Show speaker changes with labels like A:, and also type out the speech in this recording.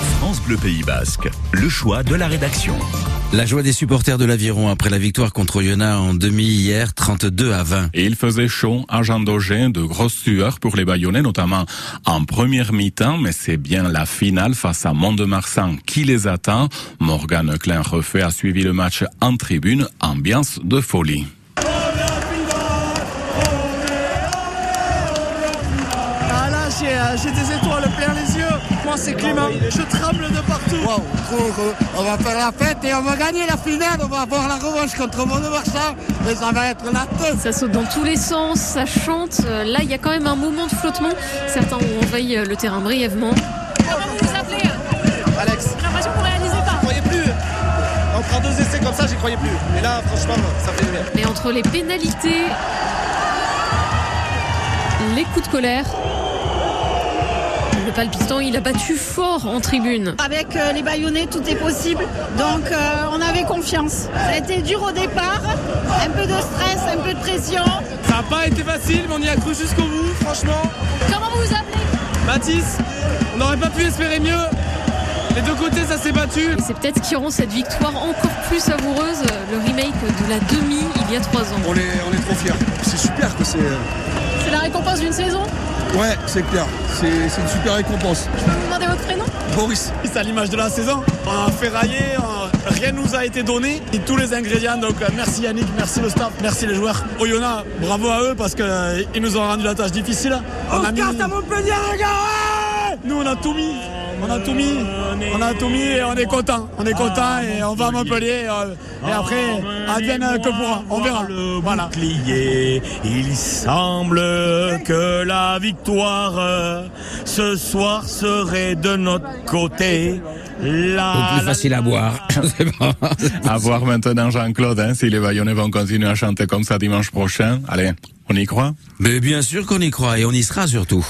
A: France Bleu Pays Basque, le choix de la rédaction.
B: La joie des supporters de l'Aviron après la victoire contre Yona en demi hier, 32 à 20.
C: Et il faisait chaud, un d'Auger, de grosses sueurs pour les Bayonnais, notamment en première mi-temps, mais c'est bien la finale face à Mont-de-Marsan qui les attend. Morgane Klein-Refait a suivi le match en tribune, ambiance de folie.
D: Ah là, j'ai, euh, j'ai des étoiles plein les yeux. Moi, c'est Clément. Je tremble de partout.
E: Wow, trop heureux. On va faire la fête et on va gagner la finale. On va avoir la revanche contre Monomarsan et ça va être la tête.
F: Ça saute dans tous les sens, ça chante. Euh, Là, il y a quand même un moment de flottement. Certains ont envahi euh, le terrain brièvement.
G: Comment vous vous appelez J'ai
D: Alex,
G: l'impression qu'on réalise
D: j'y
G: pas.
D: croyais plus. En prend deux essais comme ça, j'y croyais plus. Et là, franchement, ça fait du bien.
F: Mais entre les pénalités, les coups de colère, le palpitant, il a battu fort en tribune.
H: Avec euh, les Bayonnais, tout est possible. Donc, euh, on avait confiance. Ça a été dur au départ. Un peu de stress, un peu de pression.
D: Ça n'a pas été facile, mais on y a cru jusqu'au bout, franchement.
G: Comment vous vous appelez
D: Mathis, on n'aurait pas pu espérer mieux. Les deux côtés, ça s'est battu.
F: Et c'est peut-être ce qui rend cette victoire encore plus savoureuse, euh, le remake de la demi il y a trois ans.
I: On est, on est trop fiers. C'est super que c'est. euh,
G: C'est la récompense d'une saison.
I: Ouais, c'est clair. C'est c'est une super récompense.
G: Je peux vous demander votre prénom
I: Boris,
D: C'est à l'image de la saison. On a ferraillé, on- rien nous a été donné. Et tous les ingrédients, donc euh, merci Yannick, merci le staff, merci les joueurs. Oyonnax, bravo à eux parce qu'ils nous ont rendu la tâche difficile. On, a mis... Nous on a tout mis. On a tout mis, on a tout mis et on est content. On est content
J: Ah,
D: et on va à Montpellier. euh, Et après, advienne euh, que pourra. On verra. Voilà.
J: Il semble que la victoire euh, ce soir serait de notre côté.
B: Ou
J: La,
B: plus facile à boire. Je sais pas.
C: À voir maintenant Jean-Claude, hein, si les Bayonnais vont continuer à chanter comme ça dimanche prochain. Allez, on y croit
B: Mais bien sûr qu'on y croit et on y sera surtout.